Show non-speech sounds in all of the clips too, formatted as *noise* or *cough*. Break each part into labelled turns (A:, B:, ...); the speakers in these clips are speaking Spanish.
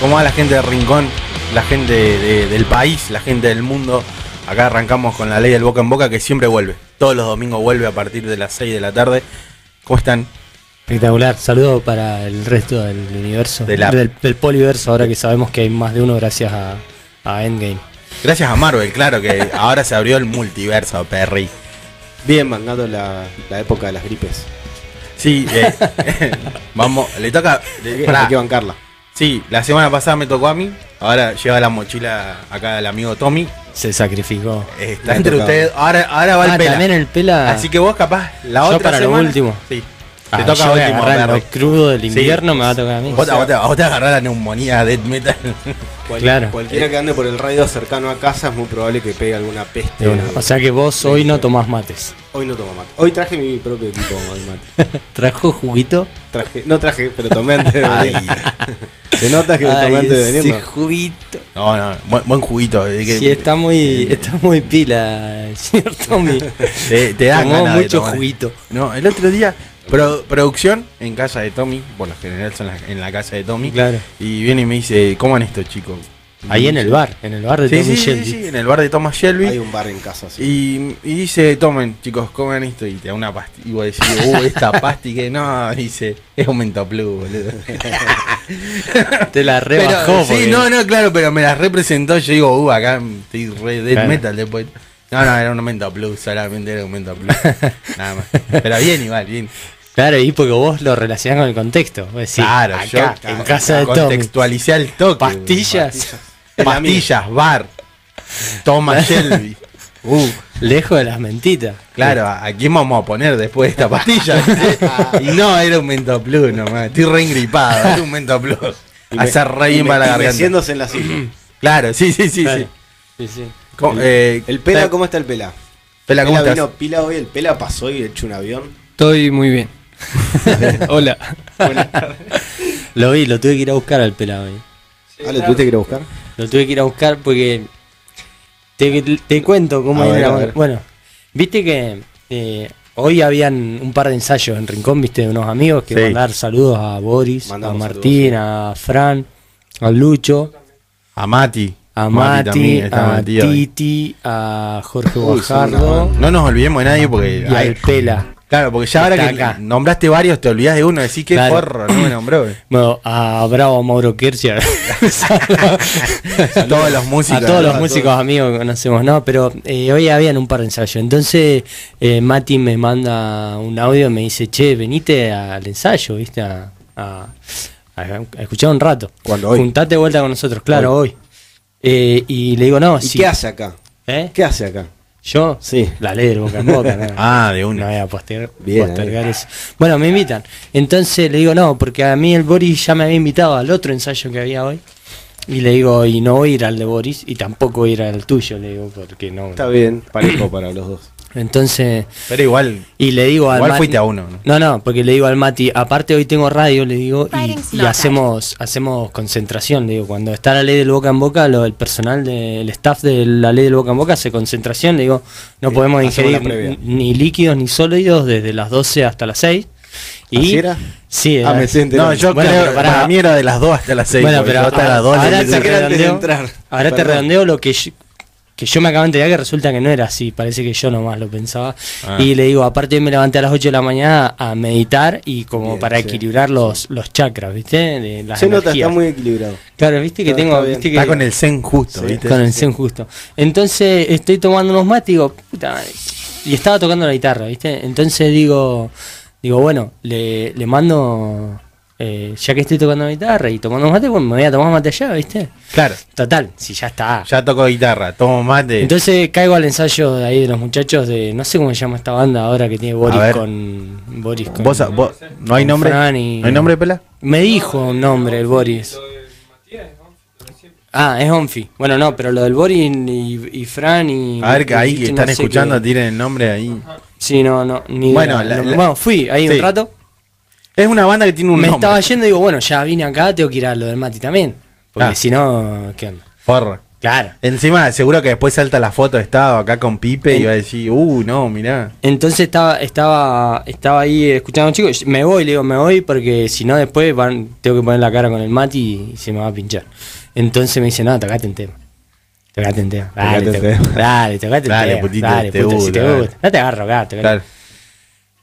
A: ¿Cómo va la gente de Rincón? La gente de- del país, la gente del mundo. Acá arrancamos con la ley del boca en boca que siempre vuelve. Todos los domingos vuelve a partir de las 6 de la tarde. ¿Cómo están?
B: Espectacular, saludo para el resto del universo,
A: De la-
B: del, del poliverso, ahora que sabemos que hay más de uno gracias a, a Endgame.
A: Gracias a Marvel, claro
C: *laughs*
A: que ahora se abrió el multiverso, Perry.
C: Bien mangado la, la época de las gripes.
A: Sí, eh, *laughs*
C: *laughs*
A: vamos, le toca. le- pará.
C: Hay que bancarla.
A: Sí, la semana pasada me tocó a mí. Ahora lleva la mochila acá el amigo Tommy.
B: Se sacrificó.
A: Está
C: Me
A: entre
C: tocaba.
A: ustedes. Ahora, ahora va
B: Ah,
A: el pela.
B: también el pela.
A: Así que vos capaz la
B: Yo
A: otra
B: para lo
A: semana-
B: último.
A: Sí.
B: Ah,
A: te toca
B: yo voy a
A: último,
B: agarrar
A: Perry.
B: lo crudo del
A: Sí.
B: invierno me va a tocar a mí.
A: Vos, te- vos te, vos te agarrás la neumonía death metal. *laughs*
C: Cual-
B: Claro.
C: Cualquiera que ande por el radio cercano a casa es muy probable que pegue alguna peste.
B: De una. O sea que vos hoy no tomás mates.
C: Hoy no tomo mate. Hoy traje mi propio equipo de mate.
B: Trajo juguito.
C: Traje, no traje, pero tomé antes de
A: Ay,
C: venir. *laughs* ¿Se
A: Ah,
C: nota que tomé antes de venir?
B: ese
C: no?
B: juguito.
A: no, no, buen, buen juguito. eh, que-
B: Sí, está muy, está muy pila, el señor
A: *laughs*
B: Tommy.
A: te, te da
B: Tomó
A: ganas de
B: mucho
A: tomar.
B: juguito.
A: No, el otro día, pro- producción en casa de Tommy, por lo general son las- en la casa de Tommy.
B: Claro.
A: Y viene y me dice, ¿cómo han estos chicos?
B: Ahí en el bar, en el bar de
A: Sí, sí,
B: Tommy
A: sí,
B: Shelby.
A: sí, en el bar de Thomas Shelby.
C: Hay un bar en casa, sí.
A: Y, y dice, tomen, chicos, comen esto y te da una pastilla. Y vos decís, uh,
B: *laughs*
A: esta pastilla que no, dice, es un mentoplus, boludo.
B: Te la
A: Pero,
B: rebajó.
A: sí,
B: porque-
A: no, no, claro, pero me la representó. Yo digo, uh, acá estoy re death
B: Claro.
A: metal después. No, no, era un aumento plus, solamente era un aumento
B: *laughs*
A: plus. Nada más. Pero bien, igual, bien.
B: Claro, y porque vos lo relacionás con el contexto. Vos decís,
A: claro,
B: acá,
A: yo
B: en casa de Tommy.
A: contextualicé al toque.
B: Pastillas,
A: boludo. Pastillas, bar.
B: *laughs*
A: Toma Shelby. Uh,
B: lejos de las mentitas.
A: claro, ¿a a quién vamos a poner después de esta
B: *laughs*
A: pastilla?
B: Ah.
A: y no, era un mento plus nomás. Estoy re engripado, era un mento
B: *laughs*
A: plus.
C: Y me-
A: Hacer re
C: y
A: bien
C: me-
A: para la
C: y
A: garganta.
C: meciéndose en la silla.
A: Claro, sí, sí, sí.
B: Claro.
A: sí.
B: Sí, sí.
A: Co- eh,
C: El pela, ¿cómo está el pela?
A: Pela, ¿cómo
C: Pela
A: estás?
C: vino pila hoy, el pela pasó y echó un avión.
D: Estoy muy
B: *laughs*
D: bien. Hola.
B: Lo vi, lo tuve que ir a buscar al pelado. eh.
C: Ah, ¿lo tuviste que ir a buscar?
B: Lo tuve que ir a buscar porque te, te cuento cómo
C: A
B: es
C: ver,
B: la-
C: a ver.
B: Bueno, viste que eh, hoy habían un par de ensayos en Rincón, viste, de unos amigos que
A: Sí.
B: mandar saludos a Boris,
C: Mandamos
B: a Martín, a Fran, a Lucho,
A: A Mati.
B: a Mati,
A: también está
B: a
A: metido ahí.
B: Titi, a Jorge
C: Uy, son una
B: Guajardo
C: banda.
A: No nos olvidemos de nadie porque.
B: y
A: hay-
B: al Pela.
A: claro, porque ya ahora
B: Está
A: que
B: acá.
A: nombraste varios, te olvidás de uno. Decís que
B: Claro.
A: forro, no me
B: *coughs*
A: nombró.
B: Bueno, a Bravo Mauro Kirchner.
A: A todos los músicos.
B: a todos los
A: ¿no?
B: músicos amigos que conocemos, ¿no? Pero eh, hoy habían un par de ensayos. Entonces eh, Mati me manda un audio y me dice, che, venite al ensayo, ¿viste? A, a- a- a escuchar un rato.
C: ¿Cuándo? Hoy.
B: Juntate de vuelta con nosotros, claro, hoy. Eh, y le digo, no,
C: ¿Y
B: sí.
C: qué hace acá?
B: ¿Eh?
C: ¿Qué hace acá?
B: ¿Yo?
C: Sí.
B: La ley del boca en boca, ¿no?
A: Ah, de uno.
B: No voy a poster-
C: Bien,
B: postergar eso. Bueno, me invitan. Entonces le digo no, porque a mí el Boris ya me había invitado al otro ensayo que había hoy. Y le digo, y no voy a ir al de Boris y tampoco voy a ir al tuyo, le digo, porque no.
C: Está bien, parejo para los dos.
B: Entonces,
A: Pero igual.
B: y le digo al
A: Igual
B: Mati-
A: fuiste a uno, ¿no?
B: ¿no? no, porque le digo al Mati, aparte hoy tengo radio, le digo, y-
E: Writing's
B: y,
E: not
B: hacemos hacemos concentración, le digo, cuando está la ley del boca en boca, lo, el personal del staff de la ley del boca en boca hace concentración, le digo, no
C: Sí,
B: podemos
C: hacemos la
B: ingerir
C: previa.
B: n- ni líquidos ni sólidos desde las 12 hasta las 6. Y,
C: ¿Así era?
B: Sí,
C: Ah,
B: era-
C: me siento-
A: No, yo
B: Bueno,
A: creo
B: pero
A: que
B: pará.
A: para mí era de las 2 hasta las 6.
B: bueno, pero
A: hasta
B: ahora,
A: las 2
B: ahora
C: Pensé
B: te
C: que era antes de
B: redondeo,
C: entrar.
B: ahora te
C: Perdón.
B: redondeo lo que yo, que yo me acabo de enterar que resulta que no era así, parece que yo nomás lo pensaba.
A: Ah.
B: Y le digo, aparte me levanté a las 8 de la mañana a meditar y como
C: Bien,
B: para
C: sí,
B: equilibrar los, los chakras, ¿viste? De las
C: Se nota, está
B: energías.
C: muy equilibrado.
B: Claro, viste que
C: Está-
B: tengo,
C: está bien.
B: viste que
A: Está con el zen justo,
C: Sí.
A: ¿viste?
B: con el zen justo. Entonces estoy tomando unos mates y digo, puta madre. Y estaba tocando la guitarra, ¿viste? Entonces digo, digo bueno, le, le mando, eh, ya que estoy tocando la guitarra y tomando mate, pues me voy a tomar mate allá, ¿viste?
A: Claro.
B: Total, si ya está.
A: Ya toco guitarra, tomo mate.
B: Entonces caigo al ensayo de ahí de los muchachos de, no sé cómo se llama esta banda ahora que tiene
A: A
B: Boris
A: ver.
B: con... Boris con...
A: ¿Vos, vos- ¿No hay
B: con
A: nombre?
B: Fran y-
A: ¿No hay nombre, Pela?
B: Me dijo un nombre el Boris. Ah, es Onfi. Bueno, no, pero lo del Boris y, y Fran y...
A: A ver, que ahí
B: y-
A: que
B: no
A: están
B: sé
A: escuchando,
B: qué.
A: tiren el nombre ahí.
B: Sí, no, no, ni
A: Bueno,
B: idea.
A: la-
B: No,
A: la-
B: bueno, fui ahí
A: sí.
B: un rato.
A: Es una banda que tiene un
B: me
A: nombre.
B: estaba yendo y digo, bueno, ya vine acá, tengo que ir a lo del Mati también. Porque
A: Ah.
B: si no, ¿qué onda?
A: Forra.
B: Claro.
A: Encima, seguro que después salta la foto de estado acá con Pipe y
B: En-
A: va a decir, uh, no, mirá.
B: Entonces estaba, estaba, estaba ahí escuchando a un chico, y me voy, le digo, me voy porque si no después van- tengo que poner la cara con el mati y se me va a pinchar. Entonces me dice, no, tocate en tema. Tocate en tema. Dale,
A: Tocate en
B: tocate,
A: tema.
B: dale, tocate en
A: Dale,
B: tema.
A: putito,
B: dale,
A: te
B: puto, si
A: gusta,
B: te
A: dale.
B: gusta. No te agarro acá, tocate.
A: Claro.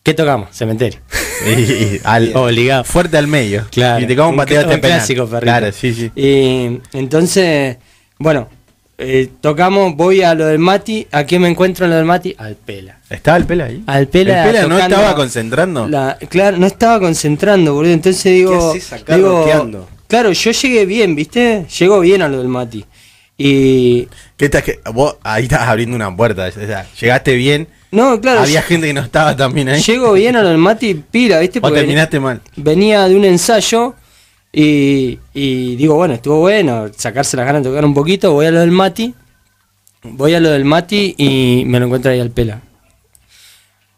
B: ¿Qué tocamos? Cementerio. *laughs*
A: Y- al-
B: Obligado.
A: Fuerte al medio. *laughs*
B: Claro.
A: Y te cago un
B: Un
A: pateado
B: cl-
A: este
B: un
A: penal.
B: clásico, perrito.
A: Claro, sí, sí.
B: Y, entonces, bueno, eh, tocamos, voy a lo del Mati. ¿A quién me encuentro en lo del Mati? Al Pela.
A: ¿Estaba el Pela ahí?
B: Al Pela
A: ¿El Pela no
B: tocando
A: estaba concentrando?
B: la- claro, no estaba concentrando, boludo. Entonces digo.
C: haces acá
B: digo,
C: roqueando?
B: Claro, yo llegué bien, ¿viste? Llego bien a lo del Mati. Y.
A: ¿Qué estás que vos ahí estás abriendo una puerta, o sea, llegaste bien,
B: No, claro.
A: había gente que no estaba también ahí.
B: Llego bien a lo del Mati pila, ¿viste?
A: ¿eh? Vos
B: Porque
A: terminaste mal.
B: venía de un ensayo y, y digo, bueno, estuvo bueno, sacarse las ganas de tocar un poquito, voy a lo del Mati, voy a lo del Mati y me lo encuentro ahí al pela.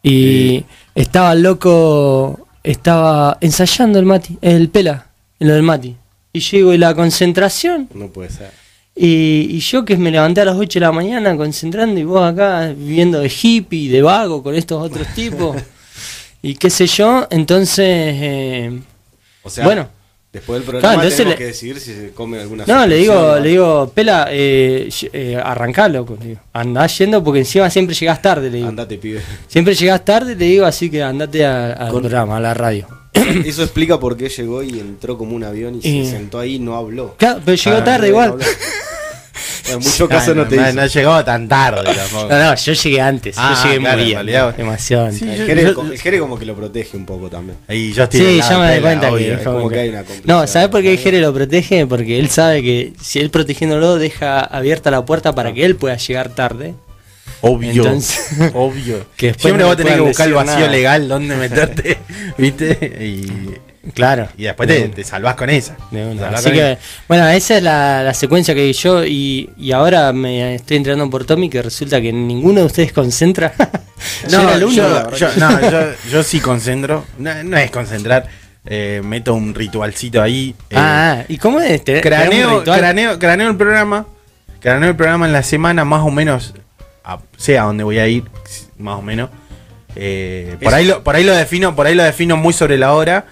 B: Y estaba el loco, estaba ensayando el Mati, el pela, en lo del Mati. Y llego y la concentración,
C: No puede ser.
B: y, y yo que me levanté a las 8 de la mañana concentrando y vos acá viviendo de hippie, de vago con estos otros tipos. y qué sé yo, entonces... eh,
C: O sea,
B: Bueno.
C: después del programa
B: Claro, entonces
C: tenemos
B: le-
C: que decidir si se come alguna
B: No, le digo,
C: suspensión,
B: le digo, Pela, eh, ll- eh, arrancá, loco. le digo. Andá yendo porque encima siempre llegás tarde, le digo.
C: Andate, pibe. *laughs*
B: Siempre llegás tarde, le digo, así que andate a- al
C: Con-
B: programa, a la radio.
C: Eso explica por qué llegó y entró como un avión y
B: Y-
C: se sentó ahí y no habló.
B: Claro, pero llegó
A: Ah,
B: tarde
C: No
B: igual. *laughs*
C: habló. En muchos casos
A: Ay,
C: no te
A: Ah, no,
C: dice.
A: no llegaba tan tarde tampoco.
B: *laughs* No, no, yo llegué antes.
A: Ah,
B: yo llegué
A: claro,
B: muy
A: en realidad,
B: bien.
A: bueno.
B: Demasiado antes.
A: Sí,
C: El
A: yo-
C: Jere,
A: yo-
C: co- el Jere como que lo protege un poco también.
A: Y yo estoy del
B: Sí,
A: lado
B: ya me
A: del
B: di
A: Pela,
B: cuenta
A: obvio.
B: que,
C: es como
B: como
C: que
B: que-
C: hay una complicidad,
B: No, ¿sabes por qué
C: ¿no?
B: el Jere lo protege? Porque él sabe que si él protegiéndolo deja abierta la puerta para que él pueda llegar tarde.
A: Obvio.
B: *laughs* Entonces-
A: obvio.
B: Que después
A: Siempre
B: no
A: vos
B: te
A: tenés que
B: puedan
A: buscar el
B: decir
A: vacío
B: nada.
A: legal donde meterte,
B: *laughs*
A: ¿viste? Y,
B: Claro.
A: y después te, te salvás con esa.
B: De una.
A: Te salvás
B: Así
A: con
B: que,
A: esa.
B: bueno, esa es la, la secuencia que yo y, y ahora me estoy entrenando por Tommy que resulta que ninguno de ustedes concentra. *laughs* Yo
A: No,
B: era el
A: yo,
B: único.
C: la verdad
A: yo-
B: *laughs*
C: que-
A: no, yo- yo sí concentro. No, no es concentrar. eh, meto un ritualcito ahí. eh,
B: ah, ¿y cómo es este? ¿Era un
A: craneo,
B: ritual?
A: craneo, craneo el programa. Craneo el programa en la semana, más o menos. a- sea donde voy a ir, más o menos. Eh, por,
C: Eso-
A: ahí lo, por ahí lo defino, por ahí lo defino muy sobre la hora.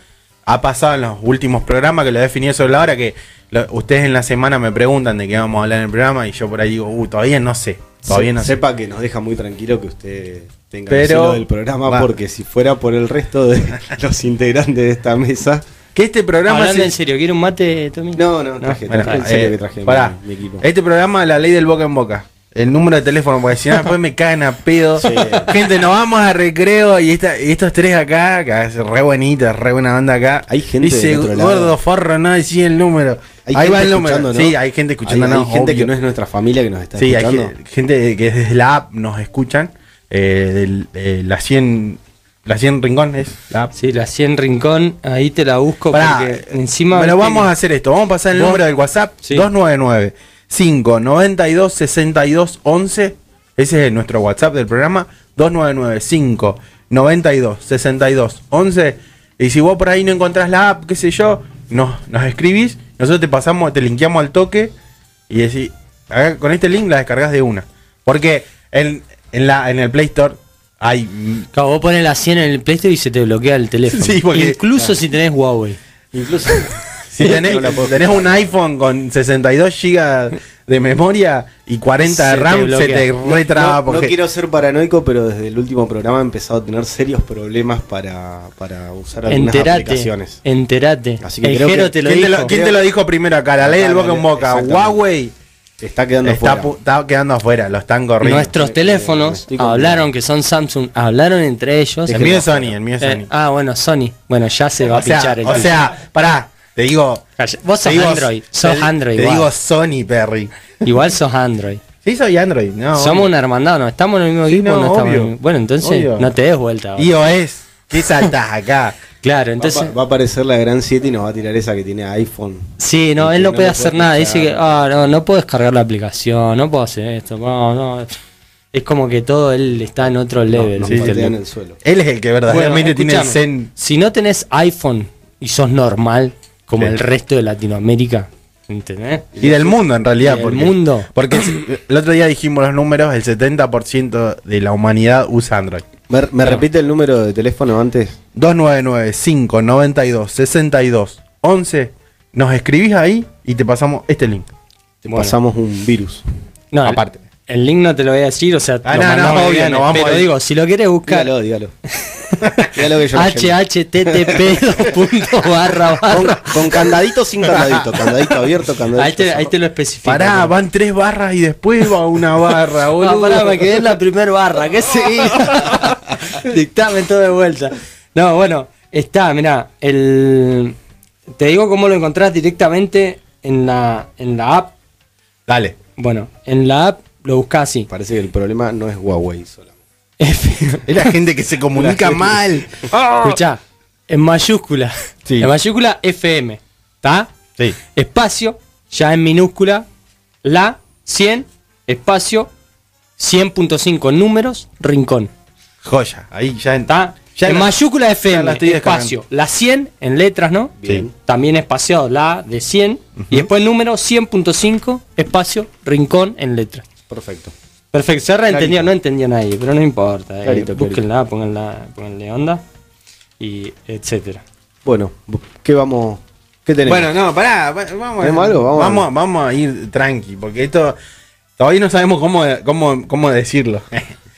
A: Ha pasado en los últimos programas que lo he definido sobre la hora. Que lo- ustedes en la semana me preguntan de qué vamos a hablar en el programa. Y yo por ahí digo, uh, todavía no sé. Todavía
C: Se-
A: no sé.
C: sepa que nos deja muy tranquilo que usted tenga
A: Pero-
C: el celo del programa
A: va.
C: porque si fuera por el resto
A: *laughs*
C: de los integrantes de esta mesa
A: Que este programa.
B: Hablando
A: se-
B: en serio, ¿quiere un mate, Tommy?
C: no no traje,
A: Bueno,
C: traje, en
A: eh,
C: serio que traje mi-
A: pará.
C: mi, equipo
A: Este programa, la ley del boca en boca. El número de teléfono, porque si no, después me caen a pedo.
C: Sí.
A: Gente, nos vamos a recreo y, esta- y estos tres acá, que es re bonita, re buena banda acá.
C: Hay gente
A: Dice,
C: del otro lado.
A: gordo, forro, no decía el número. Ahí
C: gente
A: va el número.
C: escuchando, ¿no?
A: Sí, hay gente escuchando.
C: hay,
A: no,
C: hay gente
A: obvio.
C: que no es nuestra familia que nos está
A: Sí, hay
C: escuchando
A: ge- gente que desde la app nos escuchan. eh, del- eh, la 100... La 100 Rincón es la app.
B: Sí, la 100 Rincón, ahí te la busco
A: Pará,
B: porque encima.
A: Pero
B: viste
A: vamos
B: que-
A: a hacer esto. Vamos a pasar el
B: Vos-
A: número del WhatsApp:
B: Sí.
A: 299 592 62 11. Ese es nuestro WhatsApp del programa: 299 592 62 11. Y si vos por ahí no encontrás la app, qué sé yo, nos, nos escribís. Nosotros te pasamos, te linkeamos al toque. Y decís, acá con este link la descargas de una. Porque en, en la, en el Play Store hay mm,
B: Claro, vos pones la 100 en el PlayStation y se te bloquea el teléfono.
A: Sí, porque-
B: Incluso si tenés Huawei.
C: incluso
A: *laughs* Si tenés,
C: *laughs*
A: eh,
C: No la puedo
A: tenés un iPhone con 62 GB de memoria y 40 de
B: Se te
A: RAM, se
B: bloquea.
A: te retraba.
C: no, no
A: porque-
C: quiero ser paranoico pero desde el último programa he empezado a tener serios problemas para, para usar algunas
B: Enterate.
C: aplicaciones
B: Enterate.
C: Así que
B: El
C: creo
B: Jero
C: que-
B: te lo
A: ¿Quién, te
B: dijo.
A: lo, quién te lo dijo primero acá? La ley
C: Acá,
A: del
C: la
A: boca en
C: ley-
A: boca.
C: exactamente.
A: Huawei
C: está quedando
A: está,
C: fuera.
A: pu- está quedando afuera, lo están corriendo.
B: Nuestros
C: Sí,
B: teléfonos
C: estoy confundido.
B: hablaron que son Samsung, hablaron entre ellos.
A: El mío es Sony, el mío es
B: Eh,
A: Sony.
B: ah, bueno, Sony. Bueno, ya se va
A: o,
B: a
A: sea,
B: pinchar el
A: o
B: tuyo.
A: sea, pará, te digo.
B: Calla- vos
A: te
B: sos
A: digo-
B: Android, sos
A: te-
B: Android
A: Te
B: igual.
A: digo Sony, Perry.
B: Igual sos Android.
A: Sí, soy Android. No,
B: Somos
A: obvio.
B: una hermandad, no estamos en el mismo
A: Sí,
B: equipo,
A: no,
B: no, estamos en el
A: obvio.
B: mismo- Bueno, entonces
A: Obvio.
B: no te des vuelta. ahora.
A: iOS. ¿Qué saltás acá?
B: Claro,
C: Va a
B: entonces
C: pa- va, a aparecer la gran 7 y nos va a tirar esa que tiene iPhone.
B: Sí, no,
C: Y
B: él
C: que
B: no
C: no
B: puede
C: lo
B: hacer
C: puede
B: nada. Dice que,
C: escuchar.
B: ah, no, no puedo descargar la aplicación, no puedo hacer esto, no, no. Es como que todo él está en otro level.
C: Nos
A: sí,
B: ¿viste?
A: sí.
C: patean el suelo.
A: Él es el que
B: Bueno,
A: verdaderamente tiene el
B: escuchame,
A: zen.
B: Si no tenés iPhone y sos normal, como
A: Sí.
B: el resto de Latinoamérica, ¿Entendés?
A: Y del mundo en realidad.
B: Y del
A: porque,
B: mundo.
A: Porque es- el otro día dijimos los números, el 70% de la humanidad usa Android.
C: ¿Me, me repite el número de teléfono antes?
A: 299-592-62-11. Nos escribís ahí y te pasamos este link.
C: Te
B: Bueno.
C: pasamos un virus.
B: No, el-
A: Aparte.
B: El, link no te lo voy a decir, o sea,
A: Ah,
B: lo
A: no, no,
B: mandamos
A: obvio,
B: bien,
A: no vamos
B: pero
A: a-
B: digo, si lo quieres buscar,
C: Dígalo,
A: *laughs*
C: dígalo. dígalo que yo lo lleno.
B: http dos punto barra
C: con,
B: barra.
C: con
B: *laughs*
C: candadito sin candadito. Candadito abierto, candadito.
B: Ahí te, ahí
C: cerrado.
B: te lo especifico.
A: Pará, van tres barras y después va una
B: *laughs*
A: barra,
B: Ah,
A: boludo.
B: pará, me quedé en la primer barra,
A: *laughs*
B: que seguí. *laughs* Dictame todo de vuelta. No, bueno, está, mirá, el... te digo cómo lo encontrás directamente en la, en la app.
A: Dale.
B: Bueno, en la app lo buscás así. *laughs*
C: Parece que el problema no es Huawei solamente.
B: F-
A: Es la gente que se comunica mal.
B: Escuchá, en mayúscula.
A: Sí.
B: En mayúscula FM. ¿Está?
A: Sí.
B: Espacio, ya en minúscula, la 100, espacio, 100.5 números, rincón.
A: Joya. Ahí ya
B: ¿Está?
A: está. Ya
B: en
A: la-
B: mayúscula FM,
A: la estoy
B: espacio, la 100 en letras, ¿no?
A: Sí.
B: También espaciado, la de 100. Y después número 100.5, espacio, rincón en letras.
C: Perfecto.
B: Perfecto, se reentendió, no entendió nadie, pero no importa. eh,
C: Clarito, clarito.
B: búsquenla, pónganla, pónganle onda y etcétera.
C: Bueno, ¿qué vamos? ¿Qué tenemos?
A: Bueno, no, pará, va- vamos, a-
C: ¿Tenemos algo? Vamos a-
A: vamos, a- vamos a ir tranqui, porque esto todavía no sabemos cómo, cómo, cómo decirlo.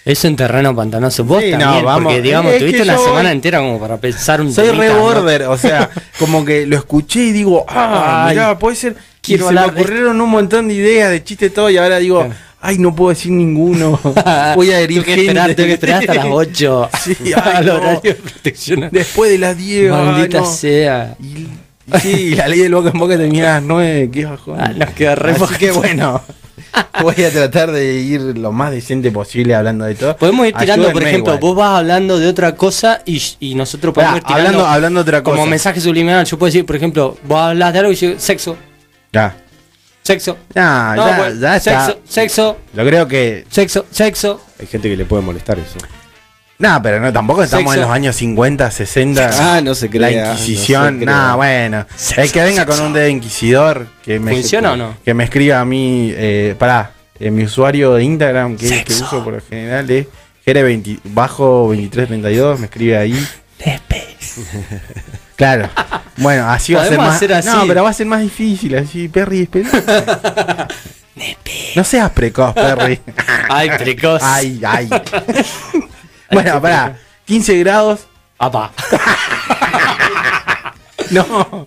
B: Eso en terreno pantanoso. Vos
A: Sí, no,
B: también, porque
A: vamos.
B: digamos,
A: Es que
B: tuviste una
A: yo
B: semana
A: voy-
B: entera como para pensar un
A: Soy
B: temita,
A: re
B: ¿no?
A: border, o
B: *laughs*
A: sea, como que lo escuché y digo, ah,
B: Ay,
A: mirá, puede ser. Y
B: quiero
A: se me
B: hablar de
A: ocurrieron un montón de ideas, de chistes todo, y ahora digo,
B: Claro.
A: ay, no puedo decir
B: *laughs*
A: ninguno. Voy a herir
B: Tengo que esperar,
A: gente.
B: tengo que esperar hasta las 8
A: *laughs*
B: *laughs*
A: Sí, ay,
B: al
A: no. *laughs*
B: horario proteccional.
A: Después de las 10, ay,
B: Maldita
A: no.
B: sea.
A: Y,
B: *laughs*
A: sí, la ley del boca en boca termina a las 9, qué bajón.
B: Ah, nos queda re
A: Así
B: poco.
A: que
B: *laughs*
A: bueno, voy a tratar de ir lo más decente posible hablando de todo.
B: Podemos ir tirando, por
A: Ayúdenme
B: ejemplo,
A: igual.
B: vos vas hablando de otra cosa y, y nosotros
A: Pará,
B: podemos ir tirando.
A: hablando- hablando de otra
B: Como
A: cosa.
B: mensaje subliminal, yo puedo decir, por ejemplo, vos hablas de algo y yo, sexo,
A: Ya.
B: sexo.
A: Ya,
B: No,
A: ya,
B: bueno,
A: ya está.
B: Sexo, sexo,
A: Yo creo que.
B: sexo, sexo.
C: Hay gente que le puede molestar eso.
A: Nada, pero no, tampoco estamos
B: Sexo.
A: en los años 50,
B: *laughs*
A: 60.
C: Ah, no se
A: La
C: crea,
A: Inquisición,
C: no se crea.
A: nada, bueno.
B: Sexo,
A: el que venga con un dedo inquisidor, que me,
B: ¿Funciona o no?
A: que me escriba a mí, eh, pará, en mi usuario de Instagram que, que uso por lo general es Jere20, bajo 2332, me escribe ahí.
B: *laughs*
A: Claro. Bueno, así va a ser
B: Podemos
A: más.
B: hacer así.
A: No, pero va a ser más difícil, así, Perry,
B: *laughs*
A: espera. no seas precoz,
B: *laughs*
A: Perry.
B: Ay, precoz.
A: Ay,
B: *laughs*
A: ay. bueno, pará. 15 grados.
B: Apa.
A: *laughs* No.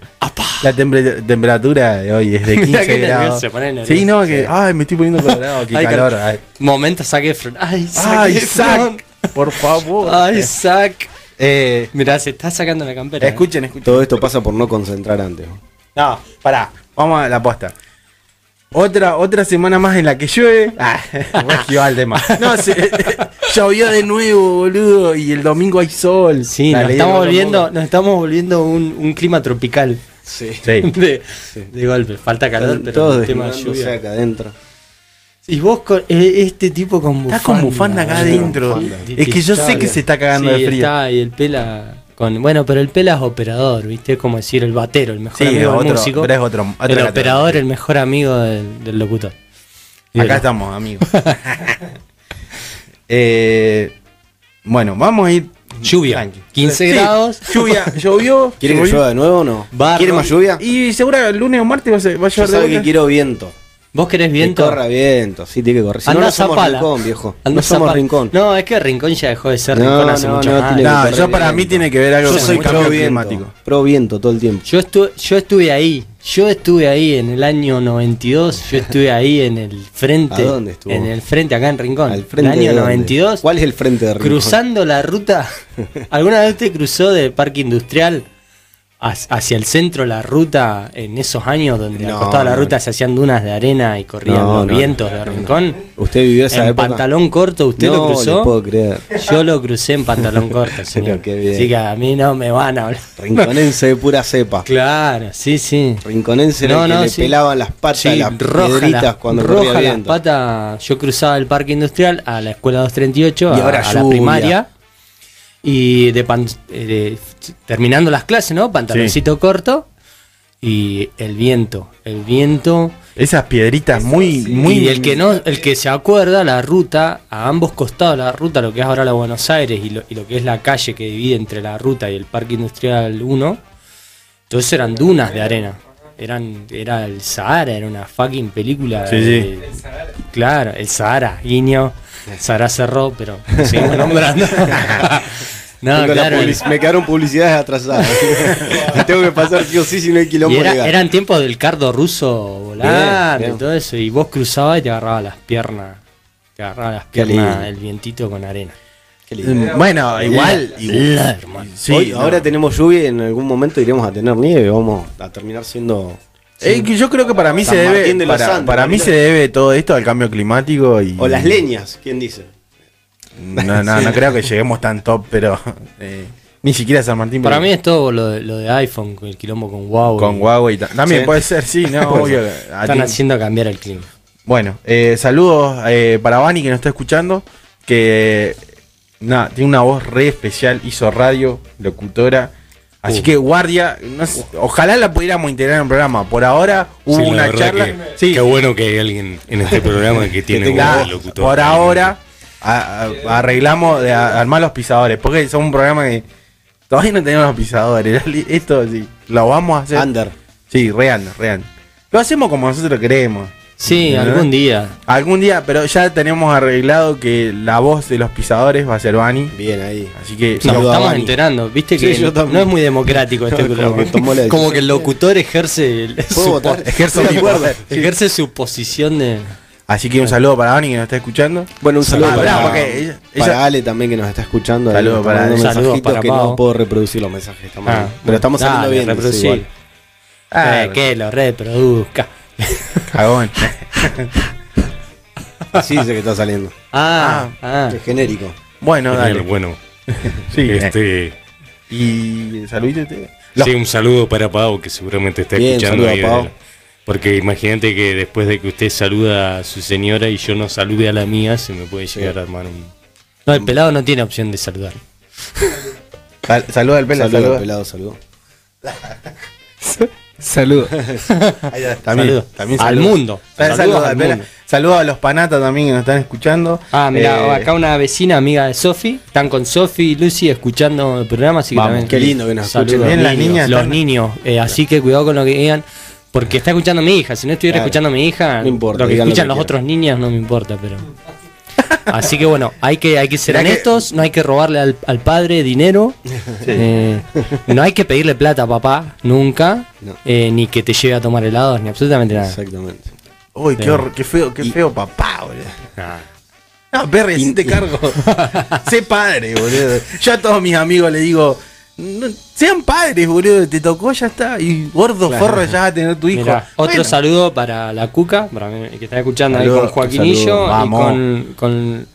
A: La temper- temperatura de hoy
B: *laughs*
A: es de
B: Mirá
A: 15
B: qué nervioso,
A: grados.
B: se pone nervioso.
A: Sí, no, que. Ay, me estoy poniendo colorado. Qué
B: *laughs* Ay,
A: calor.
B: cal-
A: Ay,
B: Momento Zac Efron. Ay, Zac
A: Ay,
B: Efron.
A: Zac. Por favor.
B: Ay, Zac.
A: Eh,
B: Mirá, se está sacando la campera. eh.
A: escuchen, escuchen.
C: Todo esto pasa por no concentrar antes. ¿no?
A: No, pará, vamos a la posta. Otra, otra semana más en la que llueve. Ah, *laughs* voy a esquivar el
B: *laughs*
A: tema. *laughs* No, se- llovió de nuevo, boludo. Y el domingo hay sol.
B: Sí,
A: La
B: nos
A: ley
B: estamos,
A: del
B: volviendo,
A: Boca
B: nos estamos volviendo un, un clima tropical.
C: Sí.
A: en Boca. Sí.
B: *laughs* De, de golpe, falta calor, pero
C: Todos
B: el tema de
C: desnudándose
B: lluvia.
C: acá adentro.
B: Y vos con eh, este tipo con bufanda.
A: Está con bufanda acá adentro.
B: Detestable.
A: Es que yo sé que se está cagando
B: Sí,
A: de frío.
B: Está, y el pela con bueno, pero el pela es operador, ¿viste? Es como decir el batero, el mejor
A: Sí,
B: amigo del
A: otro-
B: músico.
A: pero es otro- otra
B: el
A: categoría.
B: operador, el mejor amigo del, del locutor. Y
A: Acá
B: del-
A: estamos, amigos. *laughs* Eh, bueno, vamos a ir.
B: Lluvia. 15 grados.
A: *laughs* Lluvia, llovió.
C: ¿Quieren que
A: llovió.
C: llueva de nuevo o no?
B: Barro.
C: ¿Quieren más lluvia?
A: Y seguro el lunes o martes va a ser- va a
C: Yo
A: llover de
C: sabe que
A: vuelta.
C: quiero viento.
B: ¿Vos querés
C: Que
B: viento?
C: corra viento, sí, tiene que correr. Si no,
B: Andá
C: no somos
B: Zapala.
C: rincón, viejo.
B: Andá
C: no somos
B: Zapala.
C: rincón.
B: No, es que rincón ya dejó de ser
C: No,
B: rincón hace
C: no,
B: mucho
C: no,
B: más.
C: tiene que
A: No,
C: correr
A: yo para
C: viento.
A: mí tiene que ver algo
C: Yo
A: con
C: soy
A: el
C: pro
A: cambio
C: viento.
A: climático.
C: Pro viento todo el tiempo.
B: Yo, estu- yo estuve ahí, yo estuve ahí en el año 92, yo
C: *laughs*
B: estuve ahí en el frente.
C: ¿A dónde estuvo?
B: En el frente, acá en Rincón.
C: Al frente
B: el año
C: de dónde?
B: 92.
C: ¿Cuál es el frente de rincón?
B: Cruzando la
C: *laughs*
B: ruta. ¿Alguna vez te cruzó de Parque Industrial hac- hacia el centro la ruta en esos años donde
C: No,
B: al costado de la
C: no.
B: ruta se hacían dunas de arena y corrían
C: No,
B: los
C: no,
B: vientos de Rincón?
C: ¿Usted vivió esa
B: en
C: época?
B: pantalón corto, ¿usted
C: no,
B: lo
C: No
B: cruzó?
C: puedo creer.
B: Yo lo crucé en
C: *laughs*
B: pantalón corto, señor.
C: qué bien.
B: Así que a mí no me van a hablar.
C: Rinconense de pura cepa.
B: Claro, sí, sí.
C: Rinconense era
B: No,
C: el que
B: no,
C: le
B: sí.
C: pelaban las patas,
B: Sí,
C: las
B: roja
C: piedritas
B: las-
C: cuando
B: roja
C: corría
B: las
C: viento.
B: patas. Yo cruzaba el parque industrial a la escuela 238,
C: Y
B: a,
C: ahora
B: a la
C: lluvia.
B: primaria. Y de pan- eh, de- terminando las clases, ¿no? Pantaloncito corto. y el viento. El viento.
A: Esas piedritas muy, muy.
B: y el que no, el que se acuerda, la ruta, a ambos costados de la ruta, lo que es ahora la Buenos Aires y lo, y lo que es la calle que divide entre la ruta y el Parque Industrial 1, entonces eran dunas de arena. Eran, era el Sahara, era una fucking película.
A: Sí,
B: de-
A: sí.
B: Claro, el Sahara, guiño. Sahara cerró,
A: *laughs*
B: pero lo seguimos nombrando. no,
C: Tengo la
B: claro. el-
C: publici- Me quedaron publicidades
B: *laughs*
C: atrasadas. *laughs* Las tengo que pasar sí o sí si no hay
B: Y
C: quilombo
B: era-
C: legal.
B: eran tiempos del cardo ruso volando
C: Bien, bien.
B: y todo eso. Y vos cruzabas y te agarraba las piernas. Te agarraba las
C: Qué
B: piernas
C: lindo.
B: el vientito con arena.
C: Qué lindo.
A: Mm, Bueno, igual. igual-
B: La, hermano.
A: sí,
C: Hoy,
A: no.
C: Ahora tenemos lluvia y en algún momento iremos a tener nieve. Vamos a terminar siendo.
A: Eh, que yo creo que para mí
C: San
A: se debe.
C: Martín de los
A: para
C: Andes,
A: para mí
C: Mariloche.
A: se debe todo esto al cambio climático y.
C: O
B: Mm.
C: las leñas, ¿quién dice?
A: No, no, no creo que lleguemos tan top, pero. eh, ni siquiera San Martín.
B: Para
A: pero-
B: mí es todo lo de, lo de iPhone, con el quilombo con Huawei.
A: Con Huawei. ta- También
C: Sí.
A: puede ser, sí, no, obvio. a
B: Están
A: ti-
B: haciendo cambiar el clima.
A: Bueno, eh, saludos eh, para Vani que nos está escuchando. Que nada, tiene una voz re especial, hizo radio, locutora. Así
B: Uh.
A: que guardia, no sé, ojalá la pudiéramos integrar en el programa. Por ahora hubo
E: Sí, la
A: una
E: verdad
A: charla.
E: que-
A: sí,
E: Qué bueno que hay alguien en
C: *laughs*
E: este programa que tiene un
A: la-
E: locutor.
A: por ahora a- a- arreglamos de a- armar los pisadores. Porque somos un programa que todavía no tenemos los pisadores. *laughs* Esto sí, lo vamos a hacer.
C: Under.
A: Sí, real, real. Lo hacemos como nosotros queremos.
C: ¿Eh?
B: Sí,
A: ¿Verdad?
B: algún día.
A: Algún día, pero ya tenemos arreglado que la voz de los pisadores va a ser Bani.
C: Bien ahí.
A: Así que
B: Nos
C: Saludo a
B: estamos
C: Bani.
B: enterando. Viste
C: Sí,
B: que
C: yo también.
B: no es muy democrático este
C: *laughs* Como
B: programa.
C: que tomó la
B: Como que el locutor ejerce, el-
C: ¿Puedo
B: su,
C: votar?
B: *laughs* po-
A: ejerzo
C: Estoy de
A: mi
C: acuerdo.
A: poder.
B: ejerce su posición de.
A: Así que un saludo para Bani que nos está escuchando.
C: Bueno, un saludo
A: Ah,
C: para,
A: pará, porque ella-
C: para
A: ella-
C: Ale también que nos está escuchando. ahí
A: Saludo
C: nos está
A: para
C: mandando
B: Ale. Saludos
C: mensajitos
B: para
C: que
B: Pau.
C: no puedo reproducir los mensajes. está mal.
B: Ah,
C: pero estamos saliendo
B: dale,
C: bien. sí,
B: reproducí.
C: igual.
A: Ah,
B: Eh, que lo reproduzca.
A: Cagón.
C: Así dice que está saliendo.
B: Ah, ah.
C: Es genérico.
E: *laughs*
A: bueno,
E: Genial,
A: dale.
E: Bueno,
A: Sí, eh.
E: este,
A: Y saludito usted. Los-
E: sí, un saludo para Pau que seguramente está
C: Bien,
E: escuchando.
C: saludo a
E: ahí de-
C: Pau.
E: porque imagínate que después de que usted saluda a su señora y yo no salude a la mía, se me puede llegar a armar un.
B: No, el pelado no tiene opción de saludar.
A: sal- saluda al pelo,
C: Saludos,
A: saluda.
C: pelado, saludos.
B: *laughs*
D: Saludos.
A: Ahí está, También,
B: Saludo.
A: también
B: Al
A: saluda.
B: mundo.
A: Sal-
B: Saludos
A: saluda
B: al
A: al pelo.
B: mundo.
A: Saluda a los panatas también que nos están escuchando.
B: Ah, mira,
A: Eh,
B: acá una vecina amiga de Sofi. Están con Sofi y Lucy escuchando el programa. Así que
C: Vamos,
B: también-
C: qué lindo que nos
B: Saludos.
C: escuchen.
A: Bien, las
B: Niños,
A: niñas
B: Los
A: están-
B: niños. eh, así que cuidado con lo que digan. Porque está escuchando mi hija. Si no estuviera
C: Claro.
B: escuchando mi hija,
C: No importa,
B: lo que
C: digan lo
B: escuchan
C: que
B: los
C: quieran.
B: otros niños no me importa,
C: *laughs*
B: pero. Así que bueno, hay que, hay que ser
A: Mirá que-
B: honestos, no hay que robarle al, al padre dinero, eh, no hay que pedirle plata a papá, nunca,
C: No.
B: eh, ni que te lleve a tomar helados, ni absolutamente nada.
C: Exactamente.
A: Uy, qué,
B: Sí.
A: horror, qué feo, qué
C: Y-
A: feo papá, boludo.
B: Ah.
A: No, Perry, sí te
B: *laughs*
A: cargo. sé padre, boludo. Yo a todos mis amigos les digo, "No, sean padres, boludo. Te tocó, ya está. Y gordo forro, ya vas a tener tu hijo.
B: Mirá, otro
A: Bueno,
B: saludo para la Cuca, para mí, que está escuchando
A: Saludo,
B: ahí con
A: saludo,
B: Joaquinillo y
A: vamos.
B: con, con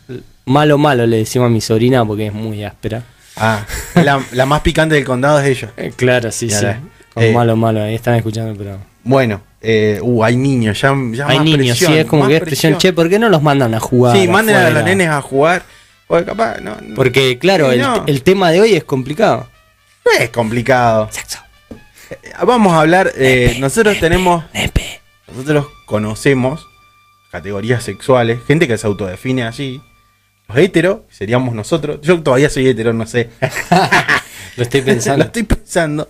B: Malo Malo le decimos a mi sobrina porque es muy áspera.
A: Ah, la, la más picante del condado es ella.
B: Eh, claro, sí,
A: Ya
B: sí.
A: la-
B: Con
A: eh.
B: Malo Malo, ahí están escuchando, pero.
A: Bueno, eh, uh, hay niños, ya, ya
B: Hay
A: más
B: niños,
A: presión,
B: sí, es como
A: más
B: que es presión, che,
A: presión.
B: ¿por qué no los mandan a jugar?
A: Sí, manden a
B: afuera?"
A: los nenes a jugar. Porque capaz, no, no-
B: Porque, claro,
A: Sí,
B: el,
A: no.
B: el tema de hoy es complicado.
A: no es complicado.
B: Sexo.
A: Eh, Vamos a hablar, eh, nosotros tenemos...
B: Nepe.
A: Nosotros conocemos categorías sexuales, gente que se autodefine así. Los heteros seríamos nosotros. Yo todavía soy hetero, no
B: *laughs*
A: sé.
B: Lo estoy
A: *laughs* Lo
B: pensando.
A: estoy pensando.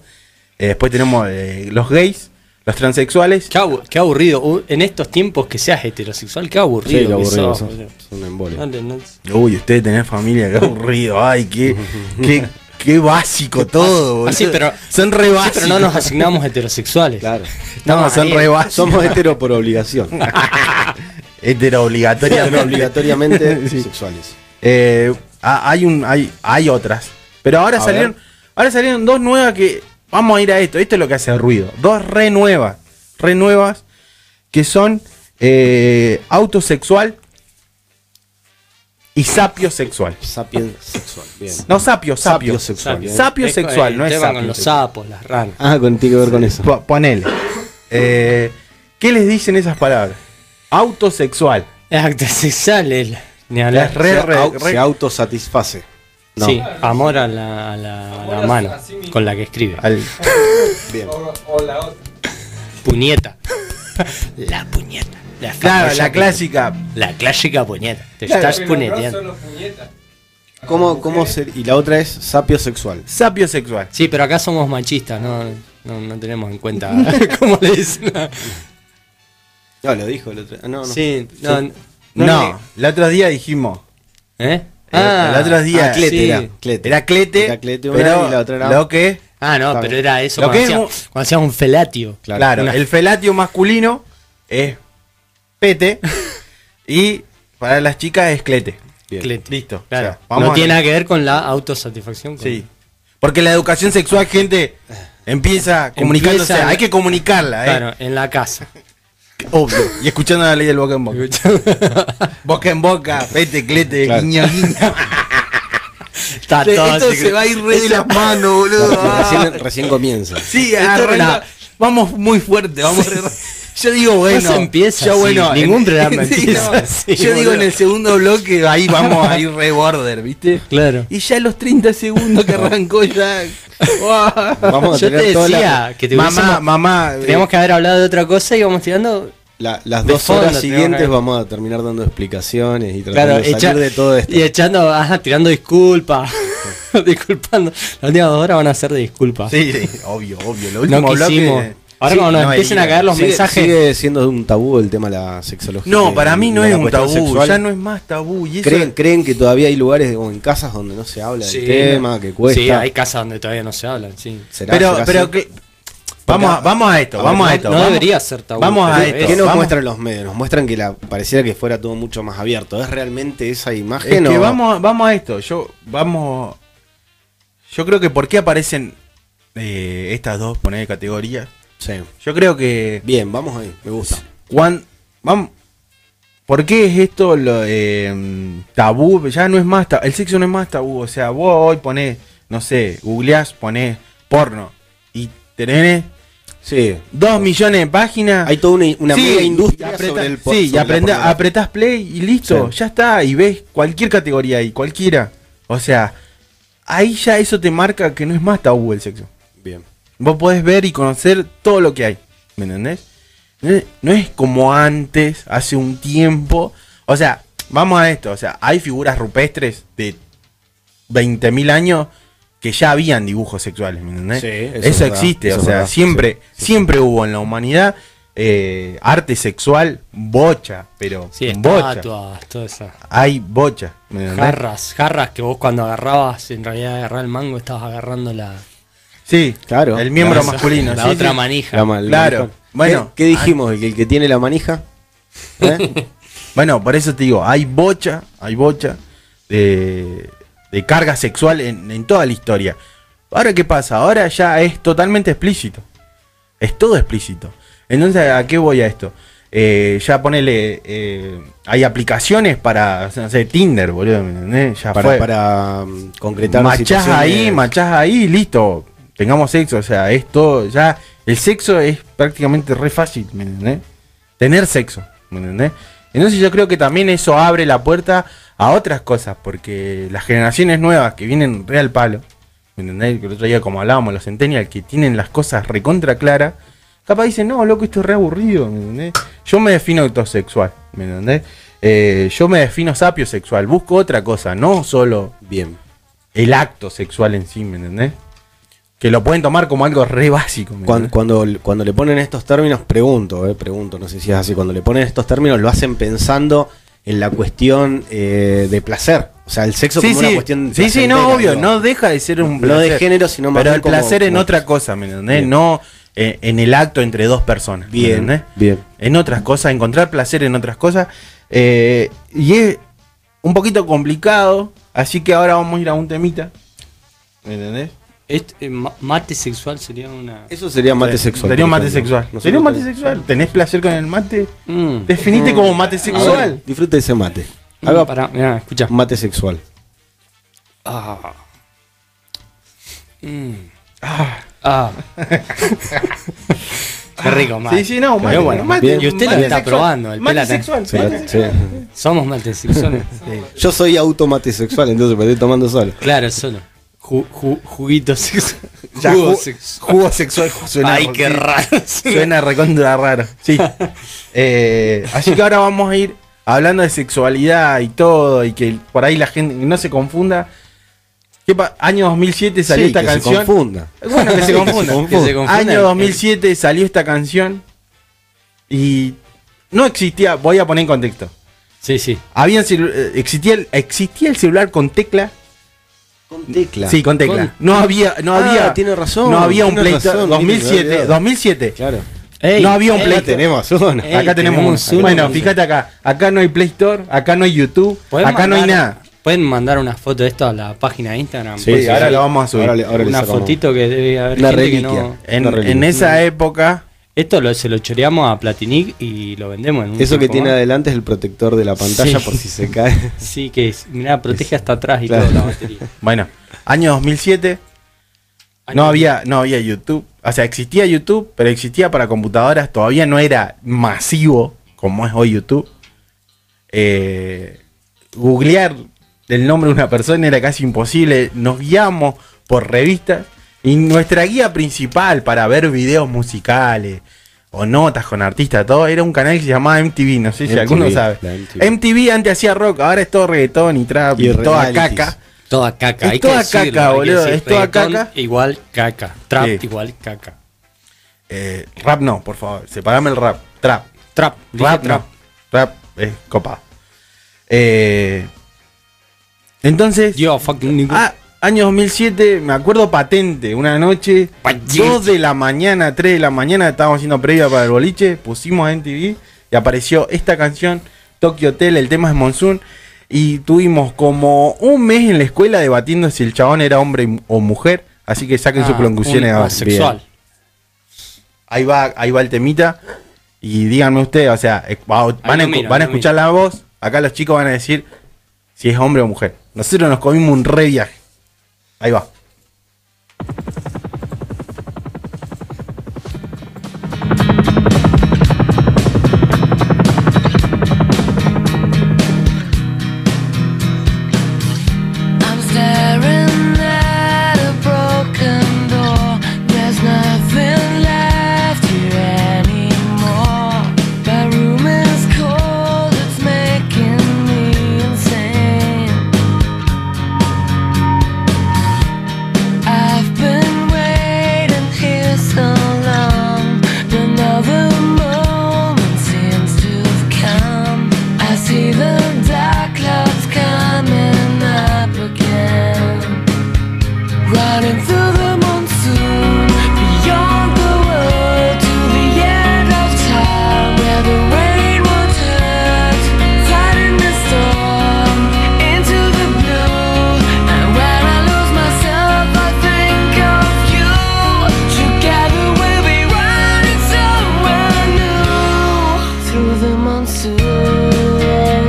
A: Eh, después tenemos eh, los gays, los transexuales.
B: qué, abu- qué aburrido. u- En estos tiempos que seas heterosexual, qué aburrido. que sos, boludo.
C: Es un embole.
B: No, no, no.
A: Uy, ustedes tener familia, qué aburrido. Ay,
B: *laughs*
A: qué, qué, qué básico todo, boludo.
B: Ah, sí, pero-
A: son re
B: Sí,
A: básicos.
B: pero no nos asignamos heterosexuales. *laughs*
C: Claro.
A: No,
B: No,
A: son
B: ahí-
A: re básicos.
C: Somos hetero por *laughs* obligación.
A: *laughs* Hetero
B: *laughs*
C: Hetero
A: obligatoriamente.
C: obligatoriamente
A: Sí.
C: sexuales.
A: Eh, ha- hay, un, hay, hay otras. Pero ahora
C: A
A: salieron.
C: ver.
A: Ahora salieron dos nuevas que. Vamos a ir a esto. Esto es lo que hace ruido. Dos re nuevas. Re nuevas. Que son eh, autosexual y sapiosexual.
C: Sapien sexual. Bien.
A: No, sapio, sapio.
C: Sapiosexual, bien.
B: eh.
A: Sapio sexual, no es
B: tema
A: sapio.
B: con los sapos, las ranas.
C: Ah, con tiene que ver con eso.
A: Po- Ponele. Eh, ¿Qué les dicen esas palabras? Autosexual.
B: Es acto sexual, el- ni hablar.
A: Es re-
C: se, au-
A: re-
C: se autosatisface. No.
B: Sí, amor a la, a la- a la mano con la que escribe.
A: Al-
C: Bien.
B: *laughs*
E: puñeta. la puñeta. La
A: Claro,
E: famosa
A: la clásica.
E: pu- La clásica puñeta. Te
A: Claro.
E: estás puñeteando.
C: ¿Cómo, cómo ser? Y la otra es sapio sexual.
A: Sapio sexual.
B: Sí, pero acá somos machistas, no, no, no tenemos en cuenta *laughs* cómo le dicen.
C: No, lo dijo el otro. ah, No, no.
B: Sí, no, no,
A: No, el otro día dijimos.
B: ¿Eh?
A: Ah, el otro día.
C: ah, clete
B: sí.
C: era. Clete.
A: Era clete,
C: Era clete una
A: pero
C: y la otra era-
A: lo que.
B: Ah, no,
C: Está
B: pero
C: bien.
B: era eso
A: Lo
B: cuando
A: que es
B: hacías,
A: un-
B: cuando hacías un felatio.
A: Claro,
C: Claro.
B: Una-
A: el felatio masculino es
C: *laughs*
A: pete y para las chicas es clete.
C: Bien.
B: Clete.
A: Listo.
B: Claro.
A: O sea, vamos
B: no
A: a-
B: tiene nada que ver con la autosatisfacción. con-
A: Sí. Porque la educación sexual, gente, empieza comunicándose.
B: Empieza-
A: Hay que comunicarla, ¿eh?
B: Claro, en
A: *laughs*
B: la casa. *laughs*
A: Obvio. Y escuchando la ley del boca en boca. Boca en boca, pete, clete,
C: Claro.
A: guiño, guiño.
C: *laughs*
B: Está todo
A: Esto
B: así
A: se
B: que-
A: va a ir re de las manos,
C: *laughs*
A: boludo.
C: Recién, recién comienza.
A: Sí,
B: Esto
A: arranca.
B: era-
A: Vamos muy fuerte, vamos. re- Yo digo, bueno.
B: se empieza
A: yo,
B: así,
A: bueno
B: ningún
A: *laughs*
B: programa
A: Sí,
B: empieza
A: no,
B: así,
A: Yo digo,
B: boludo.
A: en el segundo bloque, ahí vamos a ir re border, ¿viste?
B: *laughs* Claro.
A: Y ya los 30 segundos que arrancó ya.
C: Vamos a
B: Yo
C: tener
B: te
C: todas las-
B: decía *laughs* que te
A: mamá,
B: hubiésemos-
A: mamá. eh,
B: Teníamos que haber hablado de otra cosa y íbamos tirando.
C: la- las
B: de
C: dos
B: fondo
C: horas
B: tenemos que
C: siguientes
B: ver.
C: vamos a terminar dando explicaciones y tratando
B: Claro,
C: de salir
B: echa-
C: de todo esto.
B: y echando, ajá, tirando disculpas. *laughs* Disculpando. Las últimas dos horas van a ser de disculpas.
A: Sí, sí, obvio, obvio. Lo último
B: no quisimos.
A: bloque.
B: Ahora
A: eh. Sí,
B: cuando nos
A: no,
B: empiecen a
A: herida.
B: caer los
C: sigue,
B: mensajes.
C: sigue siendo un tabú el tema de la sexología.
A: No, para mí no
C: La
A: es un
C: cuestión
A: tabú.
C: sexual.
A: Ya no es más tabú. Y eso
C: ¿Creen, creen que todavía hay lugares o en casas donde no se habla
B: Sí,
C: del tema, que cuesta.
B: Sí, hay casas donde todavía no se hablan, sí.
C: ¿Será-
A: Pero,
C: será
A: pero
C: así?
A: que- vamos, a, vamos a esto,
C: A ver,
A: vamos a
B: no-
A: esto.
B: no
A: vamos-
B: debería ser tabú,
A: Vamos a
B: pero
A: Ah, esto.
B: es-
C: ¿Qué nos
A: vamos-
C: muestran los medios? Nos muestran que la, pareciera que fuera todo mucho más abierto. ¿Es realmente esa
A: es
C: imagen
A: que
C: o-
A: vamos, a- vamos a esto. Yo, vamos. Yo creo que por qué aparecen eh, estas dos poner categorías.
C: Sí.
A: Yo creo que
C: Bien, vamos ahí, me gusta.
A: Juan, vam- ¿Por qué es esto lo, eh, tabú? Ya no es más tabú. El sexo no es más tabú. O sea, vos hoy ponés, no sé, googleás, ponés porno y tenés
C: Sí.
A: dos millones de páginas.
C: Hay toda una, una
A: Sí,
C: mega
A: y
C: industria
A: apretá-
C: sobre el po-
A: Sí, y
C: sobre la
A: aprendá-
C: pornografía.
A: apretás play y listo,
C: Sí.
A: ya está. Y ves cualquier categoría ahí, cualquiera. O sea, ahí ya eso te marca que no es más tabú el sexo.
C: Bien.
A: Vos podés ver y conocer todo lo que hay. ¿Me entendés? No es- No es como antes, hace un tiempo. O sea, vamos a esto. O sea, hay figuras rupestres de 20.000 años que ya habían dibujos sexuales. ¿me entendés?
C: Sí, eso
A: eso
C: es verdad,
A: existe.
C: eso
A: o
C: es
A: sea,
C: verdad,
A: siempre,
C: sí, sí,
A: siempre hubo en la humanidad eh, arte sexual bocha, pero
B: Sí,
A: bocha.
B: estatuas, todo eso.
A: Hay bocha. ¿me entendés?
B: Jarras, jarras que vos cuando agarrabas, en realidad agarrar el mango, estabas agarrando la,
A: Sí,
C: Claro.
A: El miembro
C: Claro.
A: masculino.
B: la
A: sí,
B: otra
A: sí.
B: manija.
C: La mal- la
A: Claro.
C: manija.
A: Bueno.
C: ¿Qué, qué dijimos? ¿El que- ¿El que tiene la manija? ¿Eh?
A: Bueno, por eso te digo, hay bocha, hay bocha de, de carga sexual en, en toda la historia. Ahora, ¿qué pasa? Ahora ya es totalmente explícito. Es todo explícito. Entonces, ¿a qué voy a esto? Eh, ya ponele. eh, hay aplicaciones para. No sé, Tinder, boludo. ¿me entendés? *laughs* Ya
C: para,
A: fue.
C: para um, concretar
A: machás
C: situaciones-
A: ahí, machás ahí, listo. Tengamos sexo, o sea, esto ya. El sexo es prácticamente re fácil, ¿me entendés? Tener sexo, ¿me entendés? Entonces yo creo que también eso abre la puerta a otras cosas, porque las generaciones nuevas que vienen re al palo, ¿me entendés? Que el otro día, como hablábamos, los centennials que tienen las cosas recontra claras, capaz dicen, no, loco, esto es re aburrido, ¿me entendés? Yo me defino autosexual, ¿me entendés? Eh, yo me defino sapiosexual, busco otra cosa, no solo
C: Bien.
A: el acto sexual en sí, ¿me entendés? Que lo pueden tomar como algo re básico. ¿me
C: Cuando,
A: entendés?
C: cuando, cuando le ponen estos términos, pregunto, eh, pregunto, no sé si es así, cuando le ponen estos términos lo hacen pensando en la cuestión eh, de placer. O sea, el sexo
A: sí,
C: como una
A: sí,
C: cuestión
A: sí, sí, no,
C: placentera,
A: obvio,
C: digo.
A: no deja de ser un
C: No de género, sino más
A: Pero
C: bien
A: el
C: como-
A: placer en
C: como-
A: otra cosa, ¿me entendés?
C: Bien.
A: No eh, en el acto entre dos personas. ¿me
C: Bien,
A: entendés?
C: bien.
A: En otras cosas, encontrar placer en otras cosas. eh, y es un poquito complicado, así que ahora vamos a ir a un temita. ¿Me entendés?
B: Este, eh, ma- mate sexual sería una.
C: Eso sería mate
A: Eh,
C: sexual.
A: Sería un
C: por
A: mate
C: ejemplo.
A: sexual.
C: Nosotros
A: Sería un mate
C: tenemos-
A: sexual. ¿Tenés placer con el mate?
B: Mm.
A: Definite como mate
C: A ver,
A: sexual.
C: Disfruta ese mate.
B: Mm,
C: Haga
B: pará, mirá, escuchá.
C: mate sexual.
B: Ah. Mm. Ah. Qué rico, mate.
A: Sí, sí, no, mate,
B: Pero bueno,
A: mate,
B: y usted
A: mate
B: lo está
A: sexual,
B: probando. El
A: mate
B: pela está-
A: sexual,
C: Sí,
A: mate
C: sí.
A: sexual.
B: Somos mate sexuales.
C: Yo soy automate sexual, entonces me estoy tomando solo.
B: Claro, solo.
D: Ju- ju- juguitos sex-
A: Ya,
D: jugo
A: ju-
D: sex-
A: jugo sexual suena
E: Ay, qué
A: sí,
B: *laughs*
E: raro.
A: Suena recontra raro. Sí. Eh, así que ahora vamos a ir hablando de sexualidad y todo. Y que por ahí la gente no se confunda. ¿Qué pa- año 2007 salió
C: Sí,
A: esta
C: que
A: canción.
C: Se confunda.
A: Bueno,
B: *laughs*
A: que se confunda. Eh,
D: que se confunda.
A: Año 2007 salió esta canción. Y no existía. Voy a poner en contexto.
B: Sí, sí.
A: Habían celu- eh, existía, el, existía el celular con tecla.
C: Con tecla.
A: Sí, con tecla. No había, no
C: Ah,
A: había,
C: tiene razón,
A: No había un
C: tiene
A: Play
C: razón,
A: 2007,
C: tiene razón.
A: 2007.
C: Claro.
B: Ey,
A: no había un
B: ey,
A: Play
C: Acá
A: Store.
C: tenemos uno.
B: Ey,
A: acá tenemos,
B: tenemos
A: uno.
B: uno.
A: Bueno, fíjate acá. Acá no hay Play Store, acá no hay YouTube,
B: ¿pueden
A: acá no hay
B: mandar-
A: nada.
B: Pueden mandar una foto de esto a la página de Instagram.
A: Sí,
B: Porque
A: ahora
B: hay
A: lo vamos a subir.
C: Ahora le- ahora le
B: una
C: sacamos.
B: fotito que debe haber
C: Una
B: gente que
C: reliquia.
B: no.
A: En,
C: Una reliquia.
A: en esa época,
B: Esto lo, se lo choreamos a Platinic y lo vendemos en un
C: Eso que
B: tiempo
C: tiene
B: más.
C: adelante es el protector de la pantalla
B: Sí.
C: por si se cae.
B: *laughs* Sí, que es, mirá, protege hasta atrás y
C: Claro.
B: toda la batería.
A: bueno, año 2007, no había, no había YouTube. O sea, existía YouTube, pero existía para computadoras. Todavía no era masivo como es hoy YouTube. Eh, googlear el nombre de una persona era casi imposible. Nos guiamos por revistas. Y nuestra guía principal para ver videos musicales o notas con artistas, todo, era un canal que se llamaba MTV. No sé si
C: MTV,
A: alguno sabe.
C: la MTV.
A: MTV. antes hacía rock, ahora es todo reggaetón y trap y,
C: Y
A: toda
C: realities.
A: caca.
B: *laughs* Toda caca.
A: Es
B: hay que
A: toda
B: decirlo,
A: caca,
B: hay que
A: boludo,
B: decir,
A: es toda
B: reggaetón
A: caca.
B: Igual caca. Trap
A: Sí.
B: igual caca.
A: Eh, rap no, por favor. Separame el rap. Trap.
B: Trap. dije
A: Rap no. Rap es copado. Eh, entonces,
B: Yo, fucking nigga.
A: ah, año 2007, me acuerdo patente. Una noche,
B: Patente.
A: 2 de la mañana, 3 de la mañana, estábamos haciendo previa para el boliche. Pusimos MTV y apareció esta canción, Tokyo Hotel. El tema es Monsoon. Y tuvimos como un mes en la escuela debatiendo si el chabón era hombre o mujer. Así que saquen sus
B: Ah,
A: conclusiones.
B: un
A: ahora.
B: Homosexual.
A: Ahí va, ahí va el temita. Y díganme ustedes, o sea, eh, va- van, a,
B: lo miro,
A: van a
B: ahí lo
A: escuchar la voz. Acá los chicos van a decir si es hombre o mujer. Nosotros nos comimos un re viaje. Ahí va.